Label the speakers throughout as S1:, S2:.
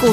S1: 股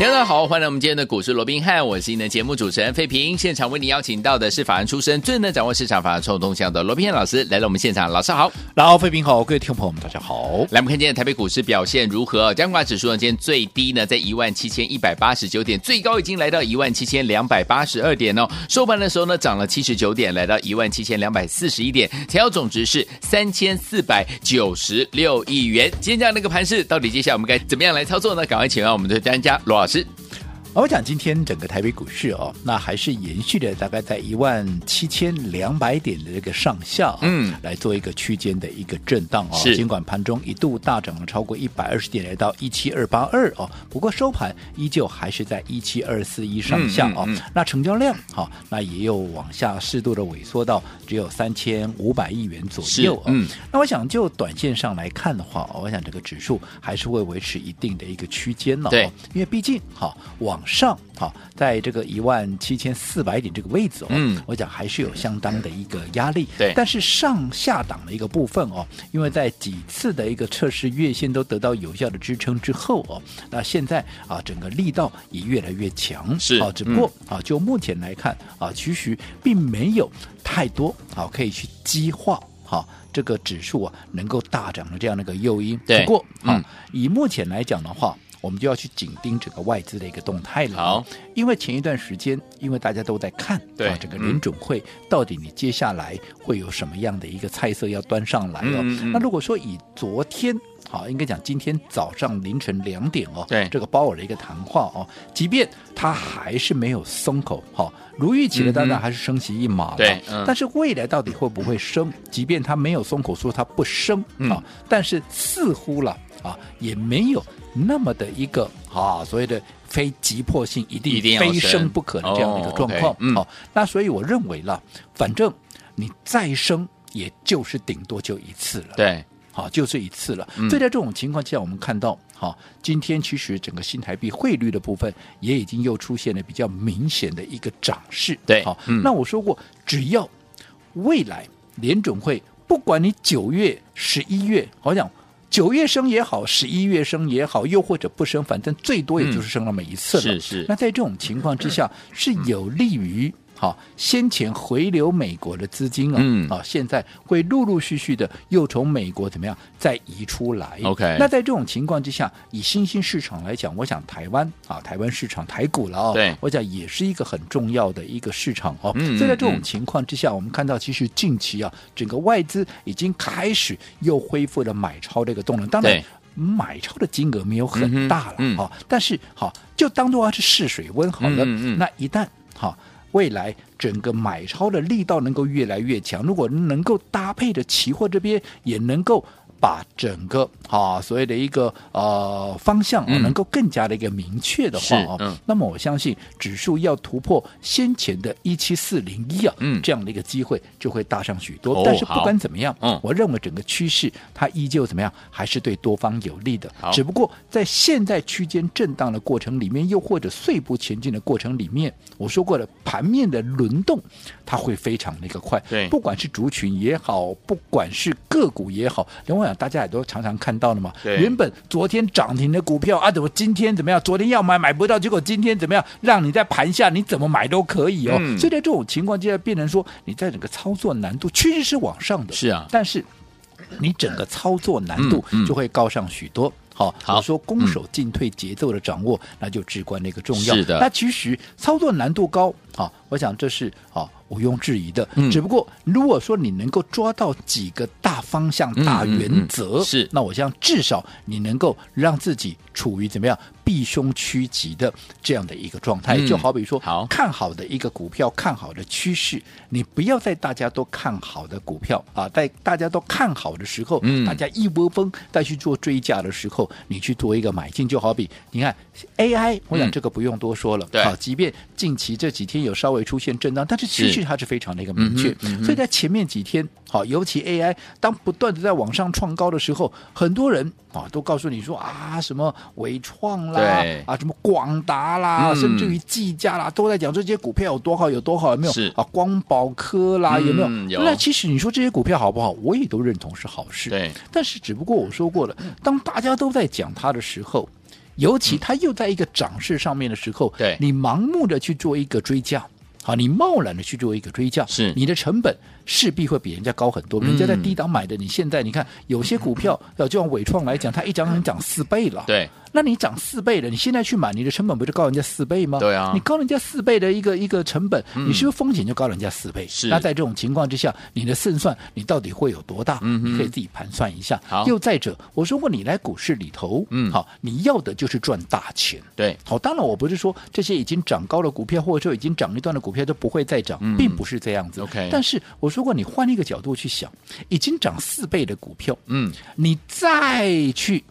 S2: 大家好，欢迎来我们今天的股市罗宾汉，我是你的节目主持人费平。现场为你邀请到的是法案出身、最能掌握市场法案臭动向的罗宾汉老师来到我们现场，老师好。
S3: 然后，费平好，各位听众朋友们，大家好。
S2: 来，我们看今天台北股市表现如何？加权指数呢，今天最低呢在一万七千一百八十九点，最高已经来到一万七千两百八十二点哦。收盘的时候呢，涨了七十九点，来到一万七千两百四十一点，成交总值是三千四百九十六亿元。今天这样的一个盘势，到底接下来我们该怎么样来操作呢？赶快请问我们的专家罗老师。
S3: 我讲今天整个台北股市哦，那还是延续的大概在一万七千两百点的这个上下、
S2: 嗯
S3: 嗯，来做一个区间的一个震荡哦。
S2: 是
S3: 尽管盘中一度大涨了超过一百二十点，来到一七二八二哦，不过收盘依旧还是在一七二四一上下哦。
S2: 嗯嗯嗯
S3: 那成交量好、那也有往下适度的萎缩到只有三千五百亿元左右哦。
S2: 是嗯
S3: 那我想就短线上来看的话，哦我想这个指数还是会维持一定的一个区间呢、哦。
S2: 对
S3: 因为毕竟哈、往上哈、在这个一万七千四百点这个位置哦，
S2: 嗯
S3: 我讲还是有相当的一个压力。
S2: 对
S3: 但是上下档的一个部分哦，因为在几次的一个测试月线都得到有效的支撑之后哦，那现在啊整个力道也越来越强。
S2: 是
S3: 啊，只不过、
S2: 嗯
S3: 啊就目前来看啊，其实并没有太多啊可以去激化。好，这个指数啊能够大涨的这样的一个诱因，
S2: 对
S3: 不过啊、
S2: 嗯
S3: 以目前来讲的话，我们就要去紧盯整个外资的一个动态了。啊
S2: 好，
S3: 因为前一段时间，因为大家都在看
S2: 对
S3: 啊，整个
S2: 嗯
S3: 联准会到底你接下来会有什么样的一个菜色要端上来哦。
S2: 嗯嗯嗯
S3: 那如果说以昨天。好，应该讲今天早上凌晨两点哦，
S2: 对
S3: 这个鲍尔的一个谈话哦，即便他还是没有松口，好、如预期的当
S2: 嗯
S3: 然
S2: 哼
S3: 还是升息一码了，
S2: 对嗯
S3: 但是未来到底会不会升？即便他没有松口说他不升、
S2: 嗯
S3: 啊，但是似乎了啊，也没有那么的一个啊所谓的非急迫性一定
S2: 一定要
S3: 非
S2: 升
S3: 升不可的这样的一个
S2: 哦
S3: 状
S2: OK，
S3: 况。
S2: 嗯
S3: 好、那所以我认为了，反正你再升也就是顶多就一次了。
S2: 对，
S3: 好，啊就这一次了。
S2: 嗯
S3: 所以在这种情况下，我们看到，好，今天其实整个新台币汇率的部分也已经又出现了比较明显的一个涨势。
S2: 对
S3: 好，
S2: 嗯
S3: 那我说过，只要未来联准会不管你九月、十一月，好像九月升也好，十一月升也好，又或者不升，反正最多也就是升那么一次了。
S2: 嗯是是
S3: 那在这种情况之
S2: 嗯
S3: 下，是有利于好先前回流美国的资金啊、
S2: 嗯
S3: 啊，现在会陆陆续续的又从美国怎么样再移出来。
S2: OK
S3: 那在这种情况之下，以新兴市场来讲，我想台湾啊，台湾市场台股了哦，
S2: 对
S3: 我想也是一个很重要的一个市场哦。
S2: 嗯
S3: 所以在这
S2: 嗯
S3: 种
S2: 嗯
S3: 情况之下，我们看到其实近期啊，整个外资已经开始又恢复了买超这个动能，当然
S2: 对。
S3: 买超的金额没有
S2: 嗯哼
S3: 很大了，啊
S2: 嗯
S3: 好、但是好，就当做它是试水温好了。
S2: 嗯嗯嗯
S3: 那一旦好，未来整个买超的力道能够越来越强，如果能够搭配的期货这边也能够。把整个啊所谓的一个呃方向、啊
S2: 嗯
S3: 能够更加的一个明确的话
S2: 是
S3: 哦，
S2: 嗯
S3: 那么我相信指数要突破先前的一七四零一啊、
S2: 嗯
S3: 这样的一个机会就会大上许多。
S2: 哦
S3: 但是
S2: 好
S3: 不管怎么样，
S2: 嗯
S3: 我认为整个趋势它依旧怎么样，还是对多方有利的
S2: 好。
S3: 只不过在现在区间震荡的过程里面，又或者碎步前进的过程里面，我说过了，盘面的轮动它会非常的一个快。
S2: 对
S3: 不管是族群也好，不管是个股也好，因为我想大家也都常常看到了嘛。
S2: 对
S3: 原本昨天涨停的股票啊，怎么今天怎么样？昨天要买买不到，结果今天怎么样？让你在盘下你怎么买都可以哦。
S2: 嗯
S3: 所以在这种情况之下，变成说你在整个操作难度趋势是往上的。
S2: 是啊
S3: 但是你整个操作难度
S2: 嗯嗯
S3: 就会高上许多。好，
S2: 好
S3: 我说攻守进退节奏的掌握，那就至关的一个重要。
S2: 是的
S3: 那其实操作难度高，啊，我想这是啊毋庸置疑的。
S2: 嗯
S3: 只不过如果说你能够抓到几个大方向、
S2: 嗯
S3: 大
S2: 嗯嗯
S3: 原则，
S2: 是
S3: 那我想至少你能够让自己处于怎么样避凶趋吉的这样的一个状态。
S2: 嗯
S3: 就好比说，
S2: 好
S3: 看好的一个股票，看好的趋势，你不要在大家都看好的股票啊，在大家都看好的时候，
S2: 嗯
S3: 大家一窝蜂再去做追价的时候，你去做一个买进，就好比你看 AI，我
S2: 嗯
S3: 想这个不用多说了，
S2: 对
S3: 好，即便近期这几天有稍微出现震荡，但是其
S2: 是
S3: 实它是非常的一个明确
S2: 嗯哼嗯，哼
S3: 所以在前面几天好，尤其 AI 当不断的在往上创高的时候，很多人啊都告诉你说啊什么伟创啦
S2: 对，
S3: 啊什么广达啦，
S2: 嗯
S3: 甚至于技嘉啦，都在讲这些股票有多好有多好，有没有？
S2: 是
S3: 啊，光宝科啦，有没有？
S2: 嗯有
S3: 那其实你说这些股票好不好，我也都认同是好事。
S2: 对，嗯
S3: 但是只不过我说过了，当大家都在讲它的时候，尤其它又在一个涨势上面的时候，
S2: 对
S3: 你盲目的去做一个追价。好，你贸然的去做一个追价，
S2: 是
S3: 你的成本势必会比人家高很多。
S2: 嗯
S3: 人家在低档买的，你现在你看有些 股票，呃，就像伟创来讲，它一涨能涨四倍了。
S2: 对，
S3: 那你涨四倍了，你现在去买，你的成本不就高人家四倍吗？
S2: 对啊
S3: 你高人家四倍的一个一个成本，
S2: 嗯
S3: 你是不是风险就高人家四倍？
S2: 是
S3: 那在这种情况之下，你的胜算你到底会有多大？
S2: 嗯哼
S3: 你可以自己盘算一下。
S2: 好
S3: 又再者，我说过你来股市里头，
S2: 嗯
S3: 好，你要的就是赚大钱。
S2: 对，
S3: 好，当然我不是说这些已经涨高的股票，或者说已经涨一段的股票都不会再涨，
S2: 嗯
S3: 并不是这样子。
S2: OK
S3: 但是我说过，你换一个角度去想，已经涨四倍的股票，
S2: 嗯，
S3: 你再去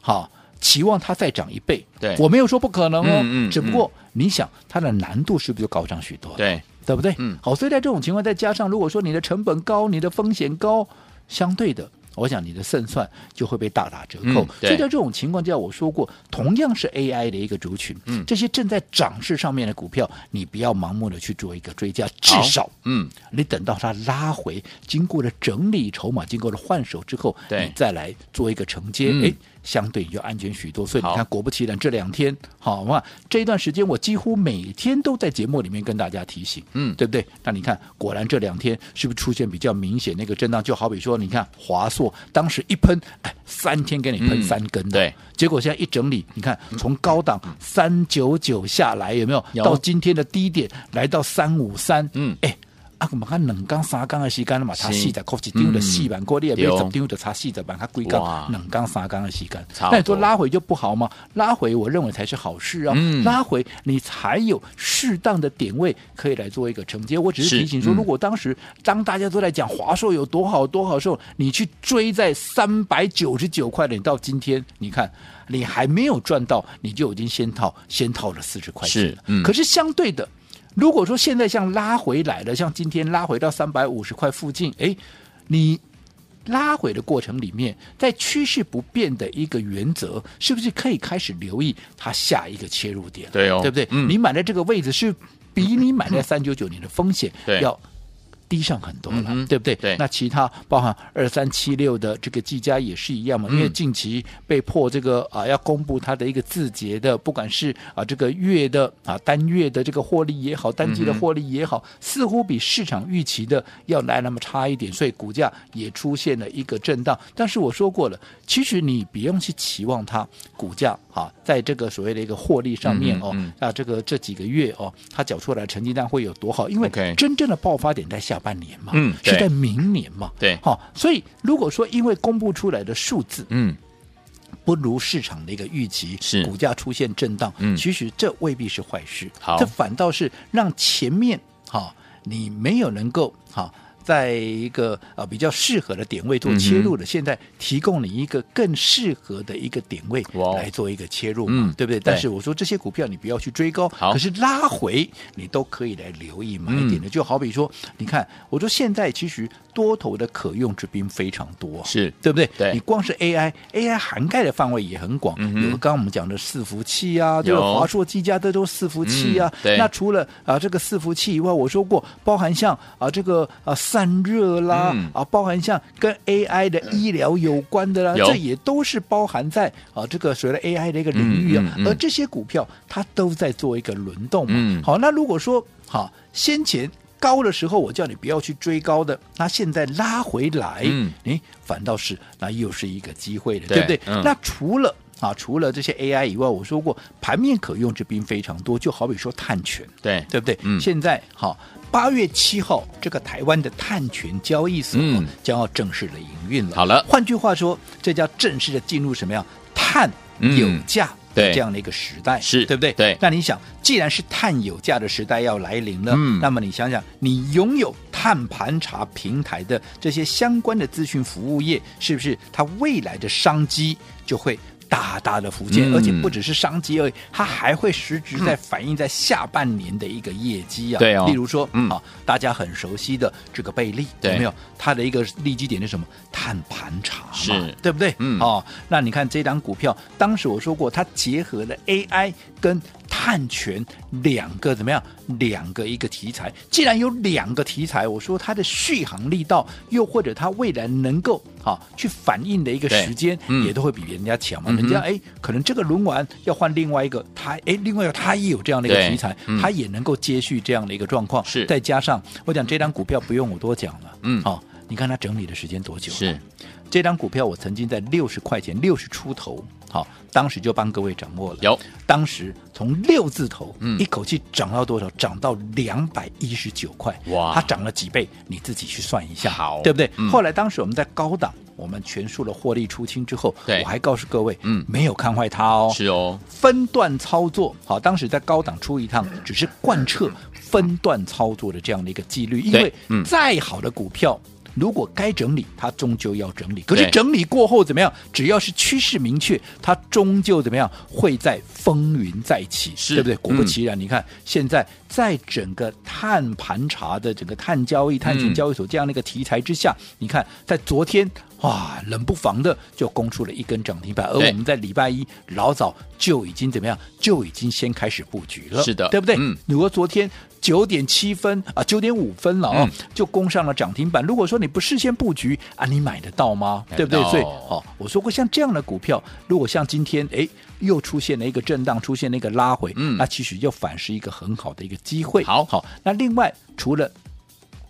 S3: 好期望它再涨一倍，
S2: 对
S3: 我没有说不可能哦，
S2: 嗯嗯
S3: 只不过你想它的难度是不是就高上许多了？
S2: 对，
S3: 对不对？
S2: 嗯
S3: 好，所以在这种情况，再加上如果说你的成本高，你的风险高，相对的。我想你的胜算就会被大打折扣，
S2: 嗯对
S3: 所以在这种情况之下，我说过，同样是 AI 的一个族群，
S2: 嗯
S3: 这些正在涨势上面的股票，你不要盲目的去做一个追加，至
S2: 好
S3: 少
S2: 嗯，
S3: 你等到它拉回，经过了整理筹码，经过了换手之后，
S2: 对
S3: 你再来做一个承接，
S2: 嗯
S3: 哎、相对你就安全许多。所以你
S2: 好
S3: 看，果不其然，这两天好嘛，这一段时间我几乎每天都在节目里面跟大家提醒，
S2: 嗯
S3: 对不对？那你看，果然这两天是不是出现比较明显那个震荡？就好比说，你看华硕当时一喷，哎，三天给你喷
S2: 嗯
S3: 三根的、
S2: 对，
S3: 结果现在一整理，你看从高档三九九下来，有没有？
S2: 有
S3: 到今天的低点来到三五三，
S2: 嗯
S3: 哎。啊，我们看两缸、三缸的时间嘛，差
S2: 是
S3: 四十块一张的四万块，你也
S2: 对
S3: 买
S2: 哦
S3: 十张就差四十万，它几
S2: 哇
S3: 缸两缸、三缸的时间
S2: 差不多。
S3: 那你说拉回就不好吗？拉回我认为才是好事啊，
S2: 嗯
S3: 拉回你才有适当的点位可以来做一个承接。我只
S2: 是
S3: 是提醒
S2: 嗯
S3: 说，如果当时当大家都在讲华硕有多好多好的时候，你去追在三百九十九块的，你到今天你看你还没有赚到，你就已经先套先套了四十块钱
S2: 是
S3: 了。
S2: 嗯
S3: 可是相对的，如果说现在像拉回来了，像今天拉回到三百五十块附近，哎，你拉回的过程里面，在趋势不变的一个原则，是不是可以开始留意它下一个切入点？
S2: 对哦
S3: 对不对？
S2: 嗯
S3: 你买的这个位置是比你买在三九九年的风险
S2: 对
S3: 要。低上很多了，
S2: 嗯哼
S3: 对不对？
S2: 对
S3: 那其他包含二三七六的这个技嘉也是一样嘛，因为
S2: 嗯
S3: 近期被迫这个啊、要公布它的一个字节的，不管是啊这个月的啊单月的这个获利也好，单季的
S2: 嗯哼
S3: 获利也好，似乎比市场预期的要来那么差一点，所以股价也出现了一个震荡。但是我说过了，其实你不用去期望它股价啊，在这个所谓的一个获利上面
S2: 嗯
S3: 哦，
S2: 嗯
S3: 啊这个这几个月哦，它缴出来的成绩单会有多好，因为
S2: OK
S3: 真正的爆发点在下半年嘛，
S2: 嗯
S3: 是
S2: 对
S3: 在明年嘛，
S2: 对
S3: 好、所以如果说因为公布出来的数字
S2: 嗯，
S3: 不如市场的一个预期，
S2: 是
S3: 股价出现震荡，
S2: 嗯
S3: 其实这未必是坏事，
S2: 好
S3: 这反倒是让前面哈、你没有能够哈。在一个呃比较适合的点位
S2: 嗯
S3: 做切入的，现在提供你一个更适合的一个点位
S2: 哇哦
S3: 来做一个切入嘛，
S2: 嗯
S3: 对不对？
S2: 对
S3: 但是我说这些股票你不要去追高，
S2: 好嗯
S3: 可是拉回你都可以来留意买点的。就好比说，你看，我说现在其实多头的可用之兵非常多啊，
S2: 是
S3: 对不对？
S2: 对
S3: 你光是 AI，AI 涵盖的范围也很广，
S2: 嗯哼
S3: 有刚刚我们讲的伺服器啊，就是
S2: 有
S3: 华硕、技嘉，这都是伺服器啊
S2: 嗯。对
S3: 那除了啊、这个伺服器以外，我说过，包含像啊、这个啊、散热啦，
S2: 嗯
S3: 啊包含像跟 AI 的医疗有关的啦，
S2: 有
S3: 这也都是包含在啊、这个所谓的 AI 的一个领域啊。
S2: 嗯嗯嗯
S3: 而这些股票它都在做一个轮动嘛。
S2: 嗯
S3: 好，那如果说好先前。高的时候，我叫你不要去追高的，那现在拉回来，
S2: 嗯
S3: 哎，反倒是那又是一个机会了，
S2: 对
S3: 对不对？
S2: 嗯
S3: 那除了啊，除了这些 AI 以外，我说过盘面可用之兵非常多，就好比说碳权，
S2: 对，
S3: 对不对？
S2: 嗯
S3: 现在好，八月七号，这个台湾的碳权交易所、
S2: 嗯
S3: 将要正式的营运了。
S2: 好了
S3: 换句话说，这叫正式的进入什么样碳有价。
S2: 嗯对
S3: 的这样的一个时代
S2: 是
S3: 对不对？
S2: 对
S3: 那你想，既然是碳有价的时代要来临了，
S2: 嗯
S3: 那么你想想，你拥有碳盘查平台的这些相关的资讯服务业，是不是它未来的商机就会大大的浮现，
S2: 嗯
S3: 而且不只是商机而已，它还会实质在反映在下半年的一个业绩啊。
S2: 对哦
S3: 例如说，
S2: 嗯
S3: 啊，大家很熟悉的这个贝利，
S2: 对
S3: 有没有？它的一个利基点是什么？碳盘查嘛，
S2: 是
S3: 对不对？
S2: 嗯
S3: 哦，那你看这档股票，当时我说过，它结合了 AI 跟碳权两个怎么样？两个一个题材，既然有两个题材，我说它的续航力道，又或者它未来能够啊去反应的一个
S2: 对
S3: 时间，
S2: 嗯
S3: 也都会比人家强嘛。
S2: 嗯哼
S3: 人家哎，可能这个轮完要换另外一个，它哎，另外一个它也有这样的一个
S2: 对
S3: 题材，
S2: 嗯
S3: 它也能够接续这样的一个状况。
S2: 是
S3: 再加上我讲这张股票不用我多讲了，
S2: 嗯
S3: 好、你看它整理的时间多久？
S2: 是
S3: 这张股票我曾经在六十块钱、六十出头，好，当时就帮各位掌握了。
S2: 有，
S3: 当时从六字头，
S2: 嗯
S3: 一口气涨到多少？涨到两百一十九块，
S2: 哇
S3: 它涨了几倍？你自己去算一下，
S2: 好
S3: 对不对？
S2: 嗯
S3: 后来当时我们在高档，我们全数的获利出清之后，
S2: 对
S3: 我还告诉各位，
S2: 嗯
S3: 没有看坏它哦，
S2: 是哦，
S3: 分段操作，好，当时在高档出一趟，只是贯彻分段操作的这样的一个纪律，因
S2: 对
S3: 为
S2: 嗯
S3: 再好的股票。如果该整理，它终究要整理。可是
S2: 对
S3: 整理过后怎么样？只要是趋势明确，它终究怎么样会在风云再起，
S2: 是
S3: 对不对？果不
S2: 嗯
S3: 其啊然，你看现在在整个碳盘查的整个碳交易、
S2: 嗯
S3: 碳权交易所这样的一个题材之下，你看在昨天哇，冷不防的就攻出了一根涨停板，而
S2: 对
S3: 我们在礼拜一老早就已经怎么样，就已经先开始布局了，
S2: 是的
S3: 对不对？
S2: 嗯
S3: 如果昨天九点七分啊，九点五分
S2: 嗯
S3: 了哦，就攻上了涨停板。如果说你不事先布局啊，你买得到吗？
S2: 买
S3: 对
S2: 不
S3: 不对？所以
S2: 到
S3: 哦，我说过像这样的股票，如果像今天哎又出现了一个震荡，出现了一个拉回，
S2: 嗯
S3: 那其实又反是一个很好的一个机会。
S2: 好
S3: 好，那另外除了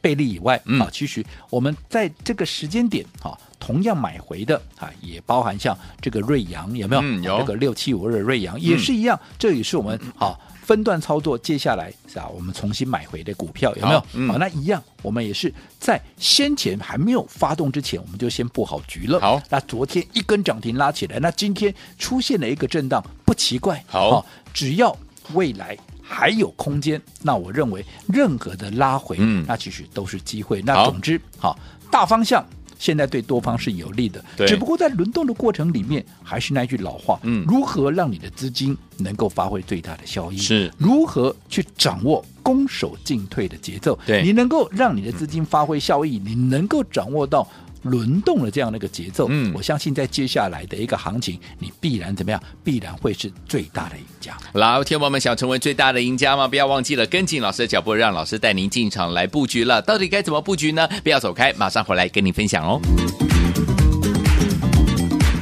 S3: 贝利以外，
S2: 嗯
S3: 啊，其实我们在这个时间点啊，同样买回的啊，也包含像这个瑞阳有没有？
S2: 嗯
S3: 啊
S2: 有嗯
S3: 这个六七五二的瑞阳也是一样，这也是我们啊分段操作，接下来是啊我们重新买回的股票有没有
S2: 好？嗯
S3: 好那一样，我们也是在先前还没有发动之前，我们就先布好局了。
S2: 好
S3: 那昨天一根涨停拉起来，那今天出现了一个震荡，不奇怪。
S2: 好
S3: 啊只要未来还有空间，那我认为任何的拉回，
S2: 嗯
S3: 那其实都是机会。那
S2: 好
S3: 总之，好大方向。现在对多方是有利的
S2: 对，
S3: 只不过在轮动的过程里面，还是那句老话，
S2: 嗯
S3: 如何让你的资金能够发挥最大的效益？
S2: 是
S3: 如何去掌握攻守进退的节奏？
S2: 对
S3: 你能够让你的资金发挥效益，你能够掌握到轮动的这样的一个节奏。
S2: 嗯
S3: 我相信在接下来的一个行情，你必然怎么样？必然会是最大的赢家。
S2: 老天王们想成为最大的赢家吗？不要忘记了跟紧老师的脚步，让老师带您进场来布局了。到底该怎么布局呢？不要走开，马上回来跟您分享哦。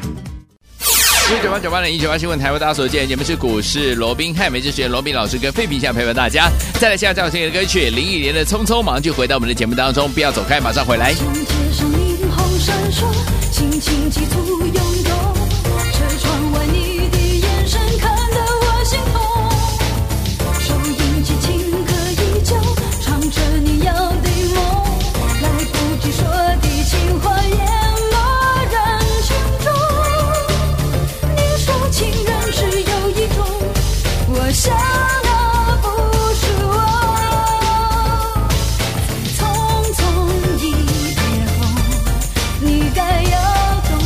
S2: 一九八九八零一九八新闻台为大家所见，节目是股市罗宾汉，每日学罗宾老师跟费平相陪伴大家。再来下这首新的歌曲林忆莲的《匆匆忙》，马上就回到我们的节目当中，不要走开，马上回来。
S4: 街上霓虹闪烁，心情急促涌动。车窗外你的眼神看得我心痛。收音机情歌依旧，唱着你要的梦，来不及说的情话淹没人群中。你说情人只有一种，我想那不是我。匆匆一别后，你该要懂，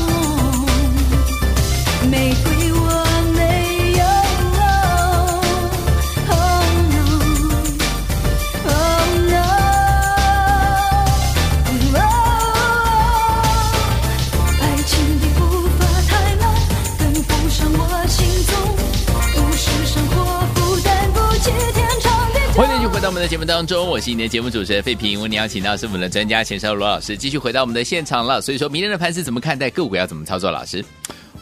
S4: 玫瑰我没有。Oh no, oh no, oh. 爱情的步伐太慢，跟不上我行踪，都市生活负担不起天长地久
S2: 欢迎。继续回到我们的节目当中，我是你的节目主持人费平。为你邀请到是我们的专家钱绍罗老师，继续回到我们的现场了。所以说，明天的盘是怎么看待，个股要怎么操作？老师，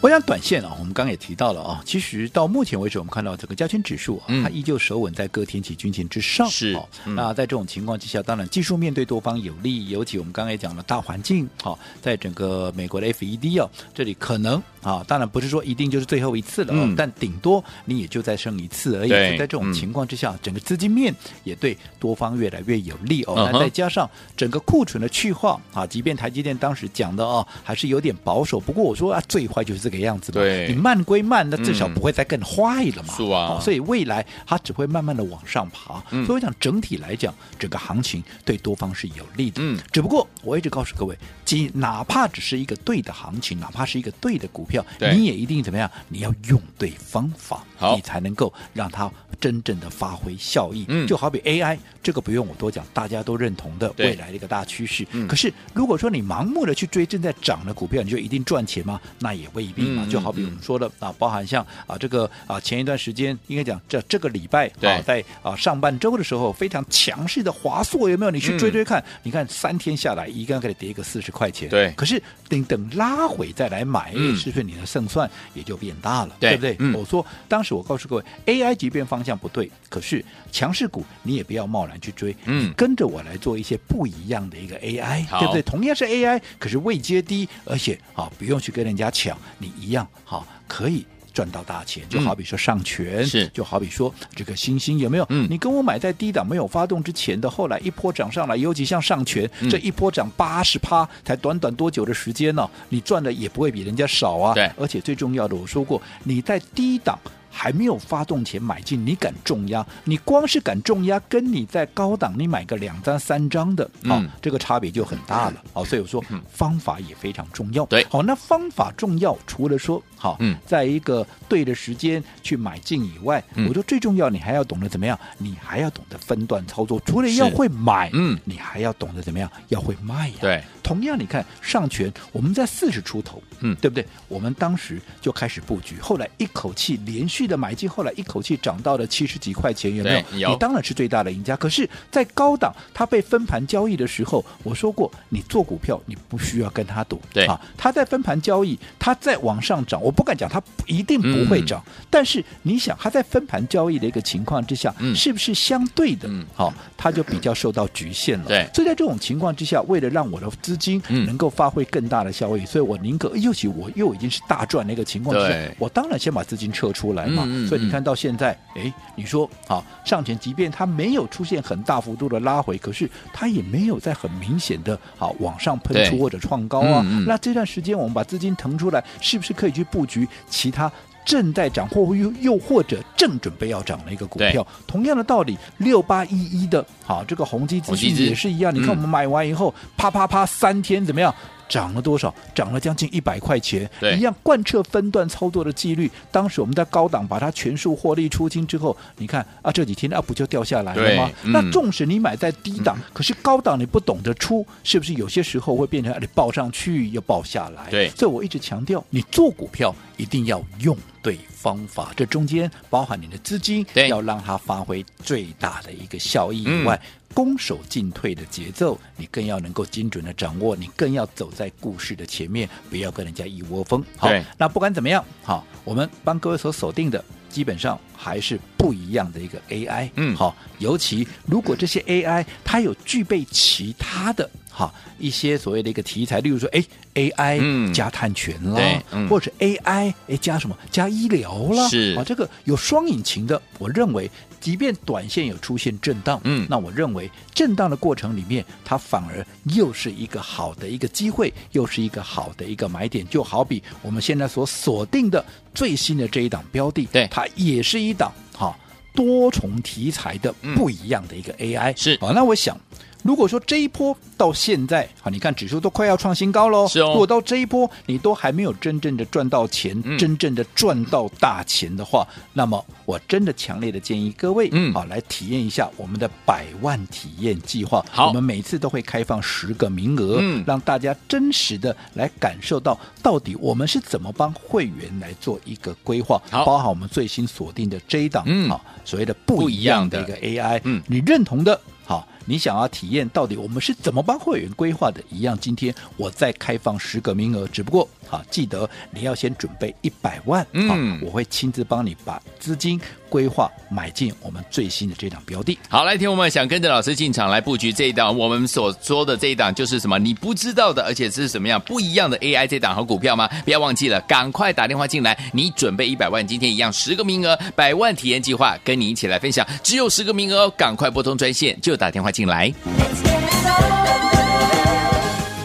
S3: 我想短线啊，我们刚刚也提到了啊，其实到目前为止，我们看到整个加权指数啊，
S2: 嗯
S3: 它依旧守稳在各天期均线之上。
S2: 是
S3: 好
S2: 嗯
S3: 那在这种情况之下，当然技术面对多方有利，尤其我们刚才也讲了大环境，好、在整个美国的 FED 哦，这里可能啊，当然不是说一定就是最后一次了、哦，
S2: 嗯
S3: 但顶多你也就再剩一次而已。所
S2: 对
S3: 以在这种
S2: 嗯
S3: 情况之下，整个资金面也对多方越来越有利哦。
S2: 嗯哼
S3: 那再加上整个库存的去化啊，即便台积电当时讲的哦，还是有点保守，不过我说啊，最坏就是这这个样子嘛。
S2: 对
S3: 你慢归慢，那至少
S2: 嗯
S3: 不会再更坏了嘛。
S2: 是啊
S3: 哦所以未来它只会慢慢的往上爬。
S2: 嗯
S3: 所以我想整体来讲，整个行情对多方是有利的。
S2: 嗯
S3: 只不过我一直告诉各位，即哪怕只是一个对的行情，哪怕是一个对的股票，
S2: 对
S3: 你也一定怎么样？你要用对方法，
S2: 好
S3: 你才能够让它真正的发挥效益。
S2: 嗯
S3: 就好比 AI 这个不用我多讲，大家都认同的
S2: 对
S3: 未来的一个大趋势。
S2: 嗯
S3: 可是如果说你盲目的去追正在涨的股票，你就一定赚钱吗？那也未必嘛。
S2: 嗯
S3: 就好比我们说的啊，包含像啊这个啊前一段时间应该讲这这个礼拜
S2: 对
S3: 啊在啊上半周的时候非常强势的华硕有没有？你去
S2: 嗯
S3: 追追看，你看三天下来一个给它跌个四十块钱。
S2: 对
S3: 可是等等拉回再来买，
S2: 嗯
S3: 是不是你的胜算也就变大了？
S2: 对
S3: 不对？
S2: 嗯
S3: 我说当时我告诉各位，AI 即便方向不对，可是强势股你也不要贸然去追，
S2: 嗯
S3: 你跟着我来做一些不一样的一个 AI，
S2: 好
S3: 对不对？同样是 AI，可是位阶低，而且啊不用去跟人家抢，你一样好、可以。赚到大钱，就
S2: 嗯
S3: 好比说上权，
S2: 是
S3: 就好比说这个星星有没有？
S2: 嗯
S3: 你跟我买在低档没有发动之前的，后来一波涨上来，尤其像上权、
S2: 嗯
S3: 这一波涨八十趴，才短短多久的时间呢、你赚的也不会比人家少啊。
S2: 对
S3: 而且最重要的，我说过，你在低档。还没有发动前买进，你敢重压？你光是敢重压，跟你在高档你买个两张三张的，啊
S2: 嗯
S3: 好、这个差别就很大了。好、所以我说方法也非常重要。
S2: 对
S3: 好，那方法重要，除了说好，
S2: 嗯
S3: 在一个对的时间去买进以外，
S2: 嗯
S3: 我说最重要，你还要懂得怎么样，你还要懂得分段操作。除了要
S2: 是
S3: 会买，
S2: 嗯
S3: 你还要懂得怎么样，要会卖呀、
S2: 对，
S3: 同样，你看上权，我们在四十出头，
S2: 嗯
S3: 对不对？我们当时就开始布局，后来一口气连续的买进，后来一口气涨到了七十几块钱，有没
S2: 对有
S3: 有？你当然是最大的赢家。可是，在高档它被分盘交易的时候，我说过，你做股票你不需要跟它赌，
S2: 对
S3: 啊，它在分盘交易，它再往上涨，我不敢讲它一定不会涨，但是你想，它在分盘交易的一个情况之下，
S2: 嗯
S3: 是不是相对的，
S2: 嗯
S3: 好、它就比较受到局限了。
S2: 对
S3: 所以在这种情况之下，为了让我的资金
S2: 嗯
S3: 能够发挥更大的效益，所以我宁可，尤其我又已经是大赚的一个情况之下
S2: 对，
S3: 我当然先把资金撤出来嘛。
S2: 嗯嗯
S3: 所以
S2: 嗯
S3: 你看到现在，哎，你说好上前，即便它没有出现很大幅度的拉回，可是它也没有在很明显的好往上喷
S2: 对
S3: 出或者创高啊。
S2: 嗯嗯
S3: 那这段时间我们把资金腾出来，是不是可以去布局其他？正在涨或又又或者正准备要涨的一个股
S2: 对
S3: 票，同样的道理，六八一一的，好，这个宏基
S2: 宏
S3: 资
S2: 基
S3: 讯
S2: 资
S3: 也是一样。你看
S2: 嗯
S3: 我们买完以后，啪啪啪，三天怎么样？涨了多少？涨了将近一百块钱
S2: 对，
S3: 一样贯彻分段操作的纪律。当时我们在高档把它全数获利出清之后，你看啊，这几天啊不就掉下来了吗
S2: 对？嗯嗯
S3: 那纵使你买在低档，可是高档你不懂得出，是不是有些时候会变成啊你报上去又报下来？
S2: 对
S3: 所以我一直强调，你做股票一定要用对方法，这中间包含你的资金
S2: 对，嗯
S3: 要让它发挥最大的一个效益以外。攻守进退的节奏，你更要能够精准的掌握，你更要走在故事的前面，不要跟人家一窝蜂。好
S2: 对，
S3: 那不管怎么样，好，我们帮各位所锁定的，基本上还是不一样的一个 AI。
S2: 嗯
S3: 好，尤其如果这些 AI 它有具备其他的哈一些所谓的一个题材，例如说，哎，AI、
S2: 嗯
S3: 加碳权啦
S2: 对，嗯
S3: 或者 AI 哎加什么加医疗啦，
S2: 是
S3: 啊，这个有双引擎的，我认为即便短线有出现震荡，
S2: 嗯
S3: 那我认为震荡的过程里面，它反而又是一个好的一个机会，又是一个好的一个买点。就好比我们现在所锁定的最新的这一档标的，
S2: 对
S3: 它也是一档哈、多重题材的
S2: 嗯
S3: 不一样的一个 AI。
S2: 是
S3: 好，那我想。如果说这一波到现在，好，你看指数都快要创新高喽。
S2: 是哦
S3: 如果到这一波你都还没有真正的赚到钱，
S2: 嗯
S3: 真正的赚到大钱的话，那么我真的强烈的建议各位，
S2: 嗯
S3: 好来体验一下我们的百万体验计划。
S2: 好
S3: 我们每次都会开放十个名额，
S2: 嗯
S3: 让大家真实的来感受到到底我们是怎么帮会员来做一个规划，
S2: 好
S3: 包含我们最新锁定的这一档，
S2: 嗯
S3: 好所谓的
S2: 不
S3: 不
S2: 一
S3: 一
S2: 样
S3: 样
S2: 的
S3: 的一个 AI，
S2: 嗯
S3: 你认同的，好，你想要体验到底我们是怎么帮会员规划的，一样，今天我再开放十个名额，只不过好记得你要先准备一百万，
S2: 嗯
S3: 好我会亲自帮你把资金规划买进我们最新的这档标的。
S2: 好，来，听我们想跟着老师进场来布局这一档，我们所说的这一档就是什么？你不知道的，而且是什么样不一样的 AI 这档好股票吗？不要忘记了，赶快打电话进来，你准备一百万，今天一样十个名额，百万体验计划跟你一起来分享，只有十个名额哦，赶快拨通专线，就打电话进来。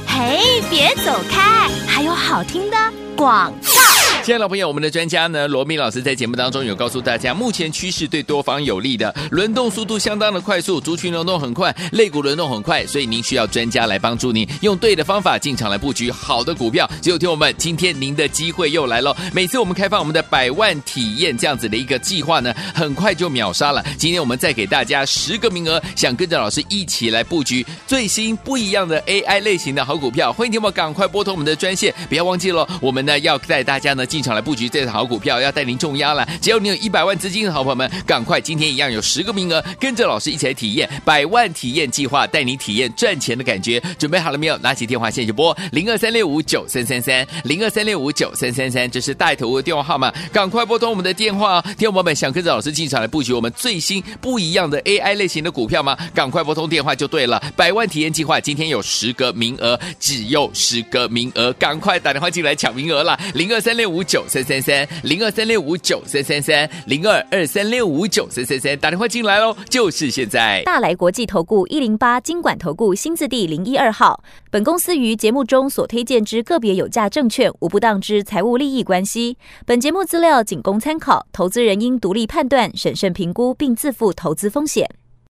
S1: 嘿，别走开，还有好听的广告。
S2: 亲爱的朋友，我们的专家呢，罗密老师在节目当中有告诉大家，目前趋势对多方有利的，轮动速度相当的快速，族群轮动很快，类股轮动很快，所以您需要专家来帮助您，用对的方法进场来布局好的股票。只有听我们，今天您的机会又来了。每次我们开放我们的百万体验这样子的一个计划呢，很快就秒杀了。今天我们再给大家十个名额，想跟着老师一起来布局最新不一样的 AI 类型的好股票，欢迎听我赶快拨通我们的专线，不要忘记了，我们呢要带大家呢进场来布局这档好股票，要带您重压了。只要你有一百万资金的好朋友们，赶快今天一样有十个名额，跟着老师一起来体验百万体验计划，带你体验赚钱的感觉。准备好了没有？拿起电话线就拨零二三六五九三三三零二三六五九三三三，这是带头的电话号码，赶快拨通我们的电话哦。听众朋友们，想跟着老师进场来布局我们最新不一样的 AI 类型的股票吗？赶快拨通电话就对了。百万体验计划今天有十个名额，只有十个名额，赶快打电话进来抢名额啦！零二三六五九三三三零二三六五九三三三零二二三六五九三三三，打电话进来喽，就是现在。
S1: 大来国际投顾一零八金管投顾新字第零一二号。本公司于节目中所推荐之个别有价证券，无不当之财务利益关系。本节目资料仅供参考，投资人应独立判断、审慎评估，并自负投资风险。